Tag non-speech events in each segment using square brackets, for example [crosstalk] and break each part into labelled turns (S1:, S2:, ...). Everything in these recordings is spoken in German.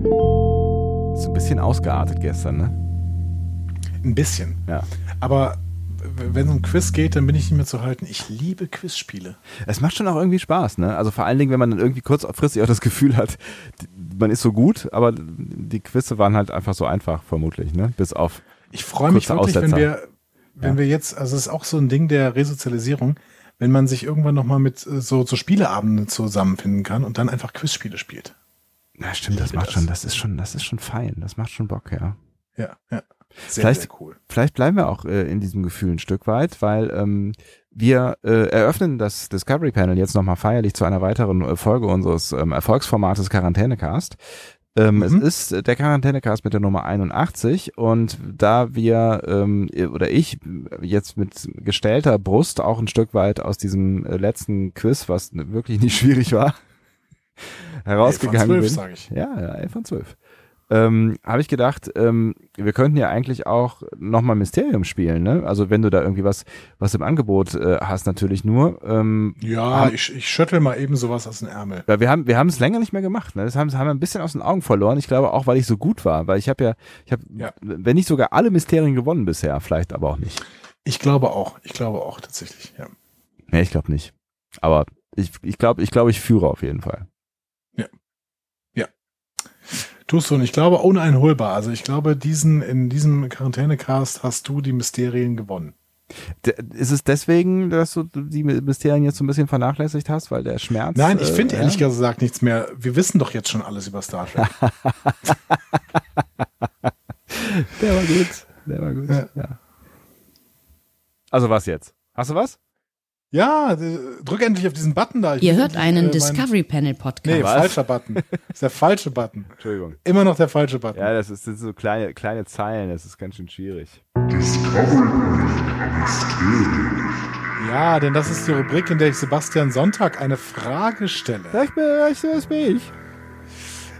S1: Ist ein bisschen ausgeartet gestern, ne?
S2: Ein bisschen.
S1: Ja.
S2: Aber w- wenn es um Quiz geht, dann bin ich nicht mehr zu halten. Ich liebe Quizspiele.
S1: Es macht schon auch irgendwie Spaß, ne? Also vor allen Dingen, wenn man dann irgendwie kurzfristig auch das Gefühl hat, d- man ist so gut, aber die Quizze waren halt einfach so einfach, vermutlich, ne? Bis auf.
S2: Ich freue mich
S1: Kurzer
S2: wirklich, wenn
S1: Aussetzer.
S2: wir, wenn
S1: Ja.
S2: wir jetzt, also es ist auch so ein Ding der Resozialisierung, wenn man sich irgendwann nochmal mit äh, so, so Spieleabenden zusammenfinden kann und dann einfach Quizspiele spielt.
S1: Na stimmt, das
S2: Liebe
S1: macht
S2: das.
S1: schon, das ist schon, das ist schon fein, das macht schon Bock, ja.
S2: Ja, ja. Sehr,
S1: Vielleicht-
S2: sehr cool.
S1: Vielleicht bleiben wir auch äh, in diesem Gefühl ein Stück weit, weil ähm, wir äh, eröffnen das Discovery Panel jetzt nochmal feierlich zu einer weiteren äh, Folge unseres ähm, Erfolgsformates Quarantänecast. Ähm, Es
S2: Mhm.
S1: ist äh, der Quarantänecast mit der Nummer 81 und da wir ähm, ihr- oder ich äh, jetzt mit gestellter Brust auch ein Stück weit aus diesem äh, letzten Quiz, was n- wirklich nicht schwierig war, herausgegangen
S2: Elf von
S1: bin.
S2: zwölf, sage ich.
S1: Ja, ja, 11 von 12. Ähm, habe ich gedacht, ähm, wir könnten ja eigentlich auch nochmal Mysterium spielen, ne? Also wenn du da irgendwie was, was im Angebot äh, hast, natürlich nur. Ähm,
S2: Ja,
S1: Haben-
S2: ich, ich schüttel mal eben sowas aus dem Ärmel.
S1: weil wir haben wir haben es länger nicht mehr gemacht, ne? Das haben, haben wir ein bisschen aus den Augen verloren. Ich glaube auch, weil ich so gut war, weil ich habe ja, ich habe,
S2: Ja.
S1: wenn nicht sogar alle Mysterien gewonnen bisher, vielleicht aber auch nicht.
S2: Ich glaube auch. Ich glaube auch tatsächlich. Ja.
S1: Nee, ich glaube nicht. Aber ich ich glaube, ich glaube, ich führe auf jeden Fall.
S2: Tust du und ich glaube uneinholbar. Also ich glaube, diesen, in diesem Quarantänecast hast du die Mysterien gewonnen.
S1: D ist es deswegen, dass du die Mysterien jetzt so ein bisschen vernachlässigt hast, weil der Schmerz?
S2: Nein, ich
S1: äh,
S2: finde ehrlich
S1: ja?
S2: gesagt nichts mehr. Wir wissen doch jetzt schon alles über Star
S1: [laughs]
S2: Trek.
S1: Der war gut. Der war gut. Ja.
S2: Ja.
S1: Also was jetzt? Hast du was?
S2: ja, d- drück endlich auf diesen Button da. Ich
S3: Ihr
S2: muss
S3: hört
S2: endlich,
S3: einen
S2: äh,
S3: Discovery Panel
S2: Mein, nee,
S3: Podcast.
S1: Was?
S2: falscher Button. Das ist der falsche Button.
S1: Entschuldigung.
S2: Immer noch der falsche Button.
S1: Ja, das ist, sind so kleine, kleine Zeilen, das ist ganz schön schwierig.
S2: Ja, denn das ist die Rubrik, in der ich Sebastian Sonntag eine Frage stelle.
S1: Sag mir, weißt du, was bin ich?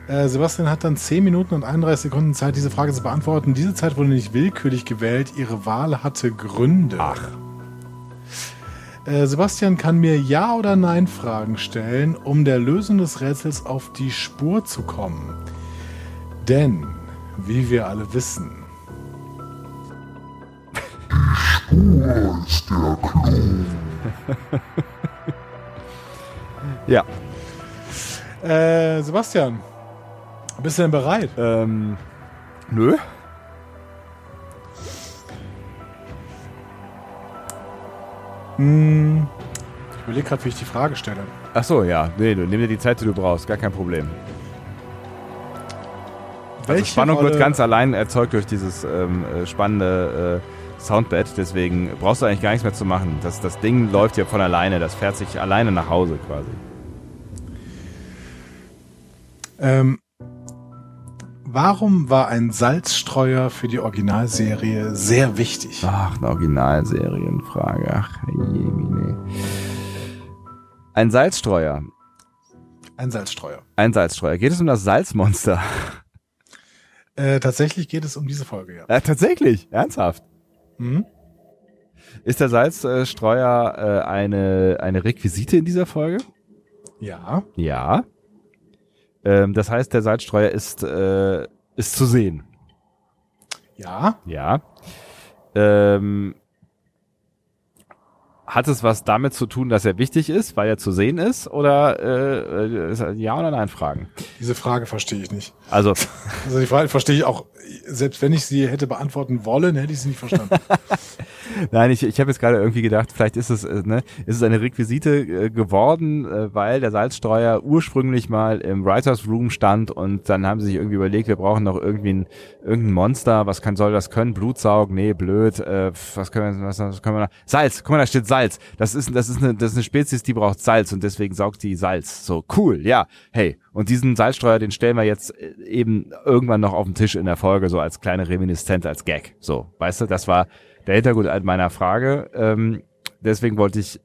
S2: Äh, Sebastian hat dann 10 Minuten und 31 Sekunden Zeit, diese Frage zu beantworten. Diese Zeit wurde nicht willkürlich gewählt. Ihre Wahl hatte Gründe. Ach. Äh, Sebastian kann mir Ja- oder Nein-Fragen stellen, um der Lösung des Rätsels auf die Spur zu kommen. Denn, wie wir alle wissen,
S1: Ja.
S2: äh, Sebastian, bist du denn bereit?
S1: Ähm, nö.
S2: Hm, ich überlege gerade, wie ich die Frage stelle.
S1: Ach so, ja. Nee, du nimm dir die Zeit, die du brauchst. Gar kein Problem. Also Spannung wird ganz allein erzeugt durch dieses ähm, äh, spannende äh, Soundbed. Deswegen brauchst du eigentlich gar nichts mehr zu machen. Das, das Ding läuft ja von alleine. Das fährt sich alleine nach Hause quasi.
S2: Ähm, warum war ein Salzstreuer für die Originalserie sehr wichtig?
S1: Ach, eine Originalserienfrage. Ach, jemine. Ein Salzstreuer.
S2: Ein Salzstreuer.
S1: Ein Salzstreuer. Geht es um das Salzmonster? [laughs]
S2: Äh, tatsächlich geht es um diese Folge, ja.
S1: Ja, tatsächlich. Ernsthaft.
S2: Mhm.
S1: Ist der Salzstreuer äh, eine, eine Requisite in dieser Folge?
S2: Ja,
S1: Ja. Ähm, das heißt, der Salzstreuer ist, äh, ist zu sehen.
S2: ja,
S1: Ja. Ähm, hat es was damit zu tun, dass er wichtig ist, weil er zu sehen ist? Oder äh, äh, ist das Ja oder Nein fragen?
S2: diese Frage verstehe ich nicht.
S1: Also,
S2: Also die Frage verstehe ich auch, selbst wenn ich sie hätte beantworten wollen, hätte ich sie nicht
S1: [laughs]
S2: verstanden.
S1: nein, ich, ich habe jetzt gerade irgendwie gedacht, vielleicht ist es, äh, ne, ist es eine Requisite äh, geworden, äh, weil der Salzstreuer ursprünglich mal im Writers Room stand und dann haben sie sich irgendwie überlegt, wir brauchen noch irgendwie ein, irgendein Monster, was kann, soll das können? Blutsaug? Nee, blöd. Äh, was können wir, was, was können wir da? Salz, guck mal, da steht Salz. Das ist, das, ist eine, das ist eine Spezies, die braucht Salz und deswegen saugt die Salz. So, cool, ja. Hey, und diesen Salzstreuer, den stellen wir jetzt äh, eben irgendwann noch auf den Tisch in der Folge, so als kleine Reminiszenz, als Gag. So, weißt du, das war der Hintergrund all meiner Frage. Ähm, deswegen wollte ich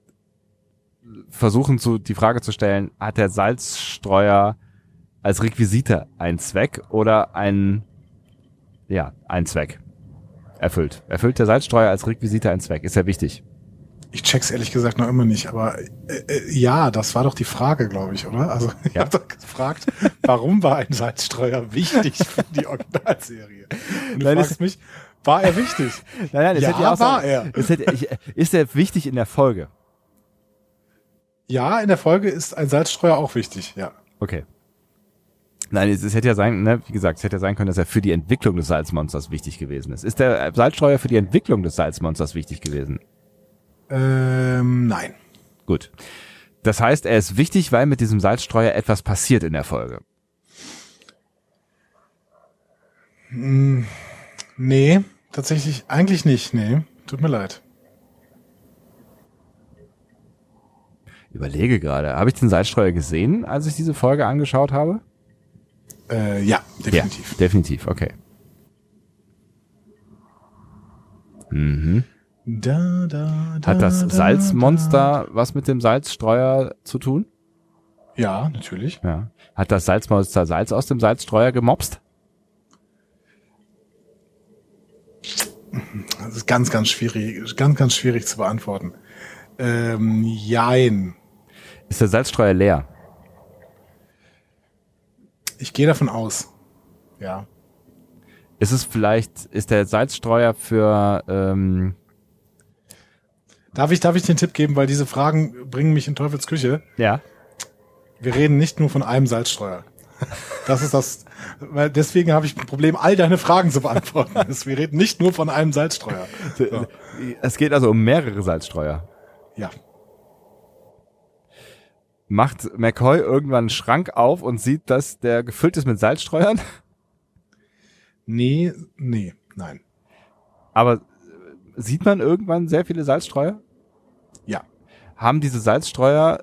S1: versuchen, zu, die Frage zu stellen, hat der Salzstreuer als Requisite einen Zweck oder einen, ja, einen Zweck? Erfüllt. Erfüllt der Salzstreuer als Requisite einen Zweck? Ist ja wichtig.
S2: Ich check's ehrlich gesagt noch immer nicht, aber äh, äh, ja, das war doch die Frage, glaube ich, oder? Also ich
S1: Ja.
S2: hab habe doch gefragt, warum war ein Salzstreuer wichtig für die Originalserie? Und du
S1: Nein,
S2: fragst mich, war er wichtig?
S1: [laughs] Nein, nein,
S2: Ja, war er.
S1: Es hätte, ich, ist der wichtig in der Folge?
S2: Ja, in der Folge ist ein Salzstreuer auch wichtig, ja.
S1: Okay. Nein, es, es hätte ja sein, ne, wie gesagt, es hätte ja sein können, dass er für die Entwicklung des Salzmonsters wichtig gewesen ist. Ist der Salzstreuer für die Entwicklung des Salzmonsters wichtig gewesen?
S2: Ähm, nein.
S1: Gut. Das heißt, er ist wichtig, weil mit diesem Salzstreuer etwas passiert in der Folge.
S2: Nee, tatsächlich eigentlich nicht, nee. Tut mir leid.
S1: Überlege gerade, habe ich den Salzstreuer gesehen, als ich diese Folge angeschaut habe?
S2: Äh, ja, definitiv.
S1: Ja, definitiv, okay.
S2: Da, da, da,
S1: Hat das
S2: Äh, da,
S1: Salzmonster was mit dem Salzstreuer zu tun?
S2: da. Ja, natürlich.
S1: Ja. Hat das Salzmonster Salz aus dem Salzstreuer gemopst?
S2: Das ist ganz, ganz schwierig, ganz, ganz schwierig zu beantworten. Ähm, jein.
S1: Ist der Salzstreuer leer?
S2: Ich gehe davon aus. Ja.
S1: Ist es vielleicht, ist der Salzstreuer für, ähm,
S2: Darf ich, darf ich den Tipp geben, weil diese Fragen bringen mich in Teufels Küche.
S1: ja,
S2: Wir reden nicht nur von einem Salzstreuer. Das ist das, weil deswegen habe ich ein Problem, all deine Fragen zu beantworten. [laughs] Wir reden nicht nur von einem Salzstreuer. So.
S1: es geht also um mehrere Salzstreuer.
S2: Ja.
S1: Macht McCoy irgendwann einen Schrank auf und sieht, dass der gefüllt ist mit Salzstreuern?
S2: Nee, nee, nein.
S1: Aber äh, sieht man irgendwann sehr viele Salzstreuer?
S2: Ja.
S1: Haben diese Salzstreuer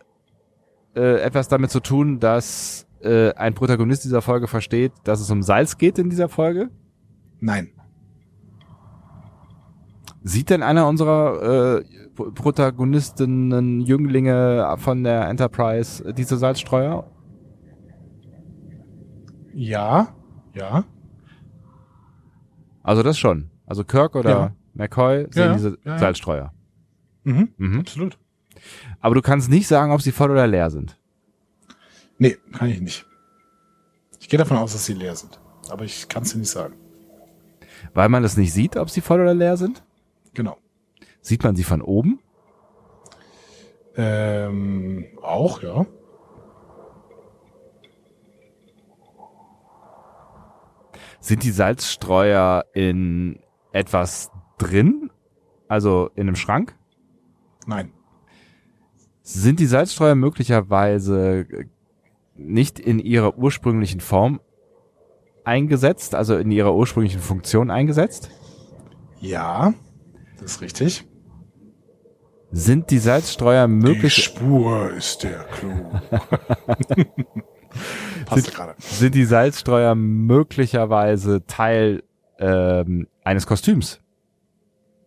S1: äh, etwas damit zu tun, dass äh, ein Protagonist dieser Folge versteht, dass es um Salz geht in dieser Folge?
S2: Nein.
S1: Sieht denn einer unserer äh, Pro- Protagonistinnen, Jünglinge von der Enterprise äh, diese Salzstreuer?
S2: Ja. Ja.
S1: Also das schon. Also Kirk oder
S2: Ja.
S1: McCoy sehen
S2: Ja,
S1: diese
S2: ja, ja.
S1: Salzstreuer.
S2: Mhm.
S1: Mhm.
S2: Absolut.
S1: Aber du kannst nicht sagen, ob sie voll oder leer sind.
S2: Nee, kann ich nicht. Ich gehe davon aus, dass sie leer sind. Aber ich kann es dir nicht sagen.
S1: Weil man das nicht sieht, ob sie voll oder leer sind?
S2: Genau.
S1: Sieht man sie von oben?
S2: Ähm, auch, ja.
S1: Sind die Salzstreuer in etwas drin? Also in einem Schrank?
S2: Nein.
S1: Sind die Salzstreuer möglicherweise äh, nicht in ihrer ursprünglichen Form eingesetzt, also in ihrer ursprünglichen Funktion eingesetzt?
S2: Ja. Das ist richtig.
S1: Sind die Salzstreuer
S2: Die
S1: möglich,
S2: Spur ist der
S1: [laughs]
S2: Clou. Passt gerade.
S1: sind die Salzstreuer möglicherweise Teil ähm, eines Kostüms?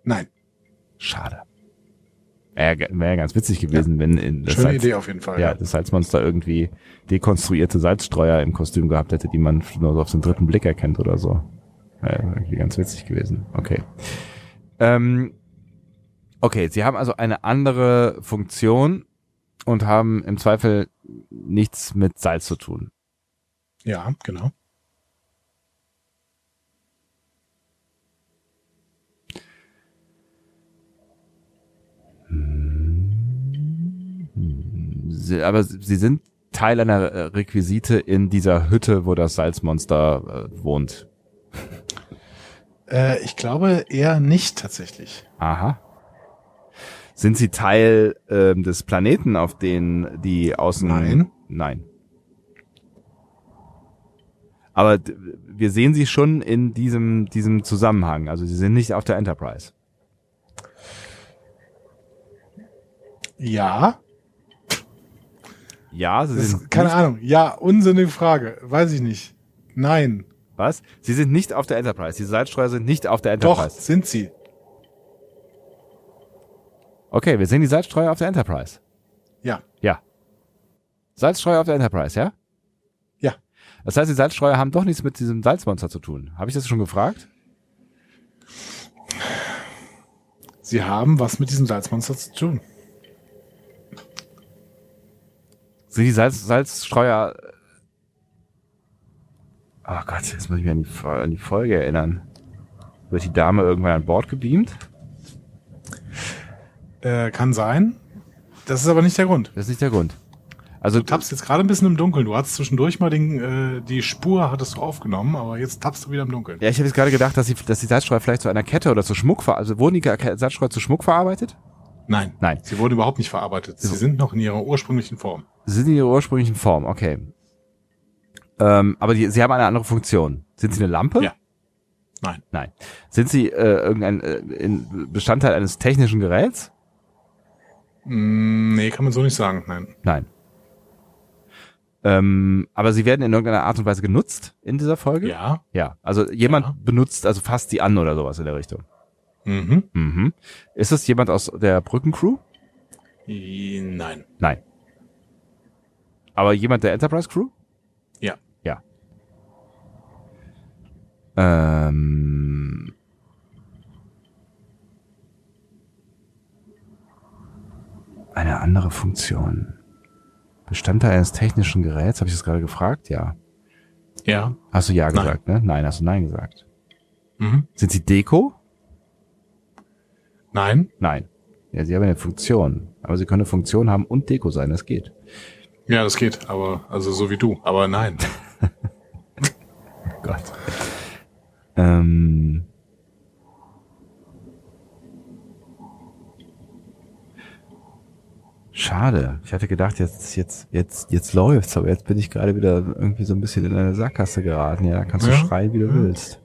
S2: Nein,
S1: Schade. Wäre ja, wär ja ganz witzig gewesen, wenn in das,
S2: schöne
S1: Salz,
S2: Idee auf jeden Fall.
S1: ja,
S2: Ja.
S1: das Salzmonster irgendwie dekonstruierte Salzstreuer im Kostüm gehabt hätte, die man nur so auf den dritten Blick erkennt oder so. Ja, irgendwie ganz witzig gewesen. Okay. Ähm, okay, sie haben also eine andere Funktion und haben im Zweifel nichts mit Salz zu tun.
S2: ja, genau.
S1: Sie, aber sie sind Teil einer äh, Requisite in dieser Hütte, wo das Salzmonster äh, wohnt.
S2: Äh, ich glaube eher nicht tatsächlich.
S1: Aha. Sind sie Teil ähm, des Planeten, auf den die Außen...
S2: Nein.
S1: Nein. Aber d- wir sehen sie schon in diesem, diesem Zusammenhang. Also sie sind nicht auf der Enterprise.
S2: Ja.
S1: Ja, sie
S2: Das
S1: sind
S2: ist, keine
S1: nicht,
S2: Ahnung. Ja, unsinnige Frage. Weiß ich nicht. Nein.
S1: was? Sie sind nicht auf der Enterprise. Die Seitenstreuer sind nicht auf der
S2: Doch,
S1: Enterprise.
S2: sind sie.
S1: Okay, wir sehen die Salzstreuer auf der Enterprise.
S2: Ja.
S1: Ja. Salzstreuer auf der Enterprise, ja?
S2: Ja.
S1: Das heißt, die Salzstreuer haben doch nichts mit diesem Salzmonster zu tun. Habe ich das schon gefragt?
S2: Sie haben was mit diesem Salzmonster zu tun.
S1: Sind die Salz Salzstreuer. äh, Oh Gott, jetzt muss ich mich an die, Fo- an die Folge erinnern. Wird die Dame irgendwann an Bord gebeamt?
S2: Äh, kann sein. Das ist aber nicht der Grund.
S1: Das ist nicht der Grund. Also,
S2: Du tappst jetzt gerade ein bisschen im Dunkeln. Du hast zwischendurch mal den, äh, die Spur hattest du aufgenommen, aber jetzt tappst du wieder im Dunkeln.
S1: ja, ich habe jetzt gerade gedacht, dass die, dass die Salzstreuer vielleicht zu einer Kette oder zu Schmuck verarbeitet. Also, wurden die Ke- Salzstreuer zu Schmuck verarbeitet?
S2: Nein.
S1: Nein.
S2: Sie wurden überhaupt nicht verarbeitet. Sie
S1: So.
S2: sind noch in ihrer ursprünglichen Form.
S1: Sind in ihrer ursprünglichen Form, okay. Ähm, aber die, sie haben eine andere Funktion. Sind sie eine Lampe?
S2: Ja. Nein.
S1: Nein. Sind sie äh, irgendein äh, in- Bestandteil eines technischen Geräts?
S2: Mm, nee, kann man so nicht sagen. Nein.
S1: Nein. Ähm, aber sie werden in irgendeiner Art und Weise genutzt in dieser Folge?
S2: Ja.
S1: Ja. Also jemand
S2: Ja.
S1: benutzt, also fasst sie an oder sowas in der Richtung.
S2: Mhm.
S1: Mhm. Ist es jemand aus der Brückencrew?
S2: I- Nein.
S1: Nein. Aber jemand der Enterprise Crew?
S2: Ja.
S1: Ja. Ähm. Eine andere Funktion. Bestandteil eines technischen Geräts, habe ich das gerade gefragt? Ja.
S2: Ja.
S1: Hast du ja
S2: Nein.
S1: gesagt, ne? Nein, hast du nein gesagt.
S2: Mhm.
S1: Sind sie Deko?
S2: Nein.
S1: Nein. Ja, sie haben eine Funktion. Aber sie können eine Funktion haben und Deko sein, das geht.
S2: Ja, das geht, aber, also so wie du,
S1: [laughs]
S2: aber nein.
S1: Gott. Ähm. Schade. Ich hatte gedacht, jetzt, jetzt, jetzt, jetzt läuft's, aber jetzt bin ich gerade wieder irgendwie so ein bisschen in eine Sackgasse geraten. Ja, da kannst du
S2: Ja.
S1: schreien, wie du willst.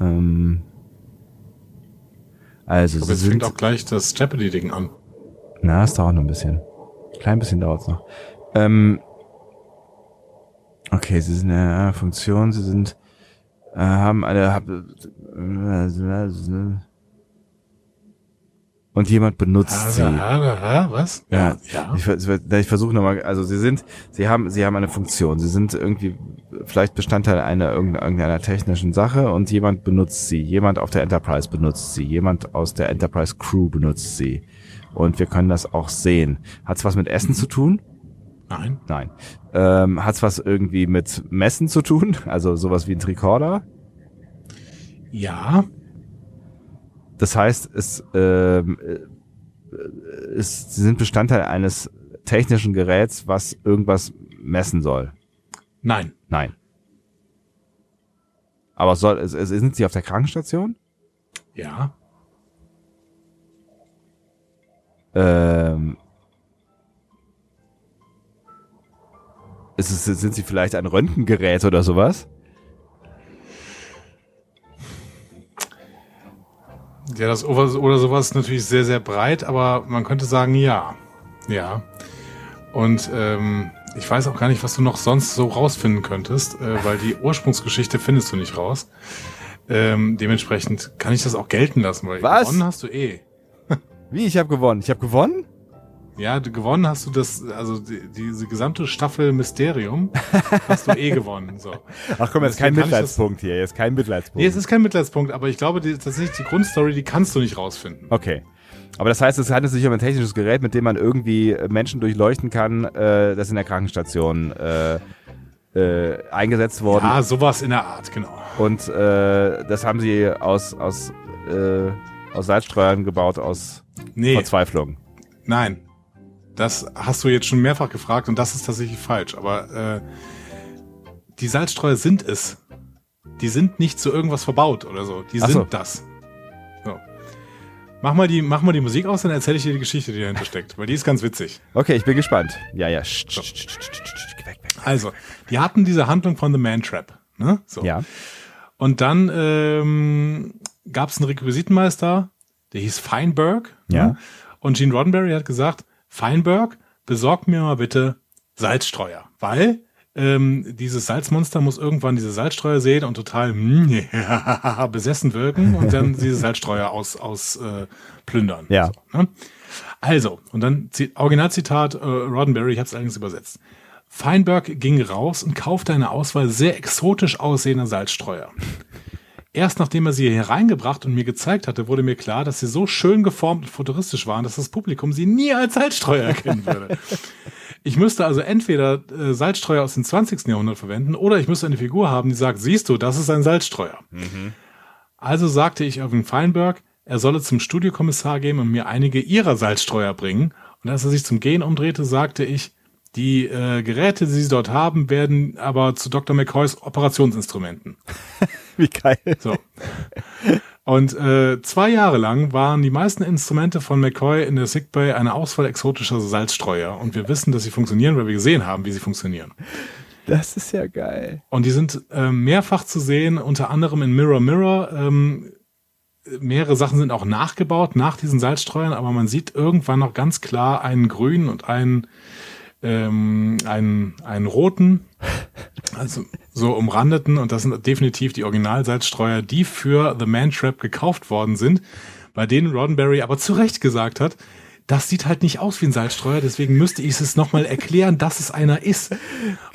S1: Ähm. Also,
S2: Aber
S1: sie
S2: jetzt fängt
S1: sind.
S2: auch gleich das Jeopardy-Ding an.
S1: Na, es dauert noch ein bisschen. Klein bisschen dauert's noch. Ähm, okay, sie sind eine äh, Funktion, sie sind äh, haben eine hab, äh. und jemand benutzt
S2: Also,
S1: sie.
S2: ja, ja, was?
S1: Ja,
S2: Ja.
S1: Ich, ver- ich ver- ich versuche nochmal, also sie sind, sie haben, sie haben eine Funktion, sie sind irgendwie vielleicht Bestandteil einer irgendeiner irgendeiner technischen Sache und jemand benutzt sie, jemand auf der Enterprise benutzt sie, jemand aus der Enterprise Crew benutzt sie. Und wir können das auch sehen. Hat's was mit Essen zu tun?
S2: Nein.
S1: Nein. Ähm, hat's was irgendwie mit Messen zu tun? [laughs] Also sowas wie ein Tricorder?
S2: Ja.
S1: Das heißt, es, ähm, äh, es sie sind Bestandteil eines technischen Geräts, was irgendwas messen soll.
S2: Nein.
S1: Nein. Aber es soll, es, es, sind sie auf der Krankenstation?
S2: Ja.
S1: Ähm, ist es, sind sie vielleicht ein Röntgengerät oder sowas?
S2: Ja, das Over- oder sowas ist natürlich sehr, sehr breit, aber man könnte sagen, ja. Ja. Und ähm, ich weiß auch gar nicht, was du noch sonst so rausfinden könntest, äh, weil die Ursprungsgeschichte findest du nicht raus. Ähm, dementsprechend kann ich das auch gelten lassen, weil
S1: Was?
S2: gewonnen hast du eh.
S1: Wie, ich habe gewonnen. Ich habe gewonnen?
S2: Ja, du, gewonnen hast du das, also die, diese gesamte
S1: [laughs]
S2: Staffel Mysterium hast du eh gewonnen. So.
S1: Ach komm, jetzt
S2: Deswegen
S1: kein
S2: kann ich das-
S1: Mitleidspunkt hier. Jetzt kein Mitleidspunkt.
S2: Nee, es ist kein Mitleidspunkt, aber ich glaube die, tatsächlich, die Grundstory, die kannst du nicht rausfinden.
S1: Okay. Aber das heißt, es handelt sich um ein technisches Gerät, mit dem man irgendwie äh, Menschen durchleuchten kann, äh, das in der Krankenstation äh, äh, eingesetzt worden
S2: Ah, sowas in der Art, genau.
S1: Und äh, das haben sie aus, aus, äh, aus Salzstreuern gebaut, aus
S2: Nee,
S1: Verzweiflung.
S2: nein. Das hast du jetzt schon mehrfach gefragt und das ist tatsächlich falsch. Aber äh, die Salzstreuer sind es. Die sind nicht zu irgendwas verbaut oder so. Die
S1: Ach
S2: sind
S1: so.
S2: das. So. Mach mal, die, mach mal die Musik aus, dann erzähle ich dir die Geschichte, die dahinter steckt, weil die ist ganz witzig.
S1: Okay, ich bin gespannt. Ja, ja. Sch, sch, sch, sch, sch, sch, geh weg, weg.
S2: Also, die hatten diese Handlung von The Man Trap. Ne? So.
S1: Ja.
S2: Und dann ähm, gab es einen Requisitenmeister, der hieß Feinberg.
S1: Ja.
S2: Ne? Und Gene Roddenberry hat gesagt, Feinberg, besorg mir mal bitte Salzstreuer, weil ähm, dieses Salzmonster muss irgendwann diese Salzstreuer sehen und total mm, [laughs] besessen wirken und dann diese Salzstreuer aus, aus äh, plündern.
S1: Ja.
S2: So, ne? Also, und dann Zi- Originalzitat äh, Roddenberry, ich habe es allerdings übersetzt. Feinberg ging raus und kaufte eine Auswahl sehr exotisch aussehender Salzstreuer. Erst nachdem er sie hier reingebracht und mir gezeigt hatte, wurde mir klar, dass sie so schön geformt und futuristisch waren, dass das Publikum sie nie als Salzstreuer erkennen würde. Ich müsste also entweder äh, Salzstreuer aus dem 20. Jahrhundert verwenden oder ich müsste eine Figur haben, die sagt, siehst du, das ist ein Salzstreuer. Also sagte ich Irving Feinberg, er solle zum Studiokommissar gehen und mir einige ihrer Salzstreuer bringen. Und als er sich zum Gehen umdrehte, sagte ich, die äh, Geräte, die sie dort haben, werden aber zu Dr. McCoys Operationsinstrumenten.
S1: [laughs] Wie geil.
S2: So. Und äh, zwei Jahre lang waren die meisten Instrumente von McCoy in der Sickbay eine Auswahl exotischer Salzstreuer. Und wir wissen, dass sie funktionieren, weil wir gesehen haben, wie sie funktionieren.
S1: Das ist ja geil.
S2: Und die sind äh, mehrfach zu sehen, unter anderem in Mirror Mirror. Ähm, mehrere Sachen sind auch nachgebaut nach diesen Salzstreuern, aber man sieht irgendwann noch ganz klar einen grünen und einen, ähm, einen, einen roten, also so umrandeten. Und das sind definitiv die Original-Salzstreuer, die für The Man Trap gekauft worden sind, bei denen Roddenberry aber zu Recht gesagt hat, das sieht halt nicht aus wie ein Salzstreuer, deswegen müsste ich es nochmal erklären, dass es einer ist.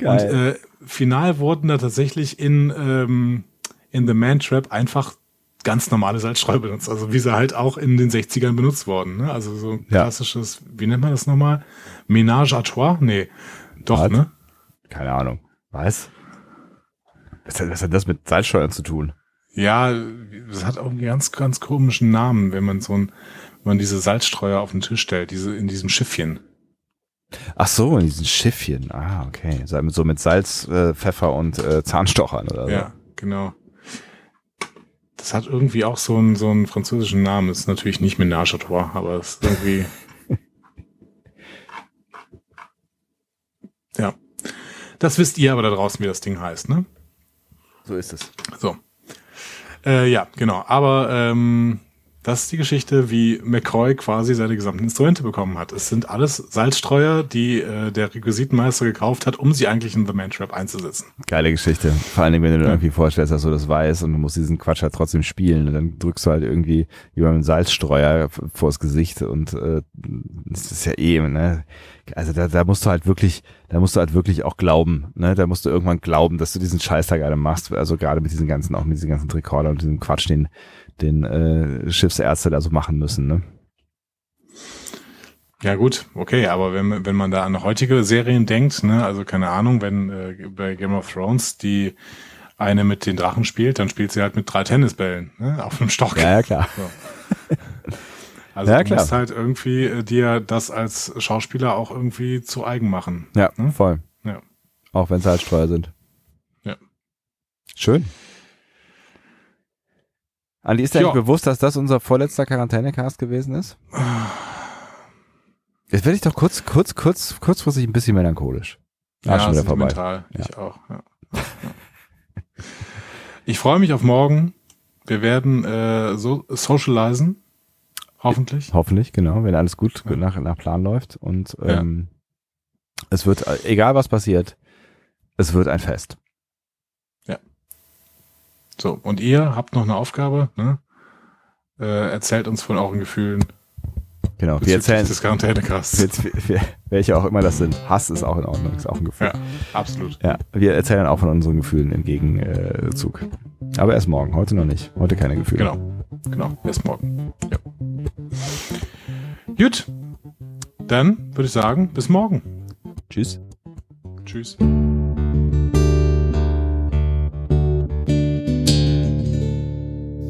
S2: Und
S1: Geil.
S2: äh, final wurden da tatsächlich in, ähm, in The Man Trap einfach ganz normale Salzstreuer benutzt. Also wie sie halt auch in den 60ern benutzt wurden. Ne? Also so ein
S1: Ja.
S2: klassisches, wie nennt man das nochmal? Ménage à trois? Nee. Doch,
S1: Was?
S2: ne?
S1: Keine Ahnung. Was? Was hat, was hat das mit Salzsteuern zu tun?
S2: Ja, es hat auch einen ganz, ganz komischen Namen, wenn man so ein, wenn man diese Salzstreuer auf den Tisch stellt, diese in diesem Schiffchen.
S1: Ach so, in diesen Schiffchen. Ah, okay. So mit- So mit Salz, äh, Pfeffer und äh, Zahnstochern oder so.
S2: Ja, genau. Das hat irgendwie auch so einen, so einen französischen Namen. Ist natürlich nicht Ménage à trois, aber es ist irgendwie. ja. Das wisst ihr aber da draußen, wie das Ding heißt, ne?
S1: So ist es.
S2: So. Äh, ja, genau. Aber ähm, das ist die Geschichte, wie McCoy quasi seine gesamten Instrumente bekommen hat. Es sind alles Salzstreuer, die äh, der Requisitenmeister gekauft hat, um sie eigentlich in The Man Trap einzusetzen.
S1: Geile Geschichte. Vor allen Dingen, wenn du dir irgendwie vorstellst, dass du das weißt und du musst diesen Quatsch halt trotzdem spielen. Und dann drückst du halt irgendwie jemandem einen Salzstreuer f- vors Gesicht und äh, das ist ja eben, ne? Also da, da musst du halt wirklich, da musst du halt wirklich auch glauben, ne? Da musst du irgendwann glauben, dass du diesen Scheiß da gerade machst. Also gerade mit diesen ganzen, auch mit diesen ganzen Rekorder und diesem Quatsch, den, den äh, Schiffsärzte da so machen müssen, ne?
S2: Ja gut, okay, aber wenn, wenn man da an heutige Serien denkt, ne, also keine Ahnung, wenn äh, bei Game of Thrones die eine mit den Drachen spielt, dann spielt sie halt mit drei Tennisbällen ne, auf einem Stock.
S1: Ja, ja klar. [laughs]
S2: Also
S1: Ja,
S2: du
S1: klar.
S2: musst halt irgendwie äh, dir das als Schauspieler auch irgendwie zu eigen machen.
S1: Ja,
S2: Hm?
S1: voll.
S2: Ja.
S1: Auch wenn sie halt Streuer sind.
S2: Ja.
S1: Schön. Andi, ist dir
S2: Ja.
S1: eigentlich bewusst, dass das unser vorletzter Quarantänecast gewesen ist? Jetzt werde ich doch kurz, kurz, kurz, kurzfristig ein bisschen melancholisch. Ah, schon wieder vorbei.
S2: sentimental.
S1: Ja.
S2: Ich auch. Ja. [laughs] ich freue mich auf morgen. Wir werden äh, so socialisen. Hoffentlich.
S1: Hoffentlich, genau, wenn alles gut
S2: Ja.
S1: nach, nach Plan läuft. Und
S2: Ja.
S1: ähm, es wird, äh, egal was passiert, es wird ein Fest.
S2: So, und ihr habt noch eine Aufgabe, ne? Äh, erzählt uns von euren Gefühlen
S1: Genau. Wir
S2: bezüglich
S1: erzählen,
S2: des Quarantänecasts.
S1: jetzt, wir, welche auch immer das sind. Hass ist auch in Ordnung, ist auch ein Gefühl.
S2: Ja, absolut.
S1: Ja, wir erzählen auch von unseren Gefühlen im Gegenzug. Aber erst morgen, heute noch nicht. Heute keine Gefühle.
S2: Genau. Genau, erst morgen. Ja. Gut. Dann würde ich sagen, bis morgen.
S1: Tschüss.
S2: Tschüss.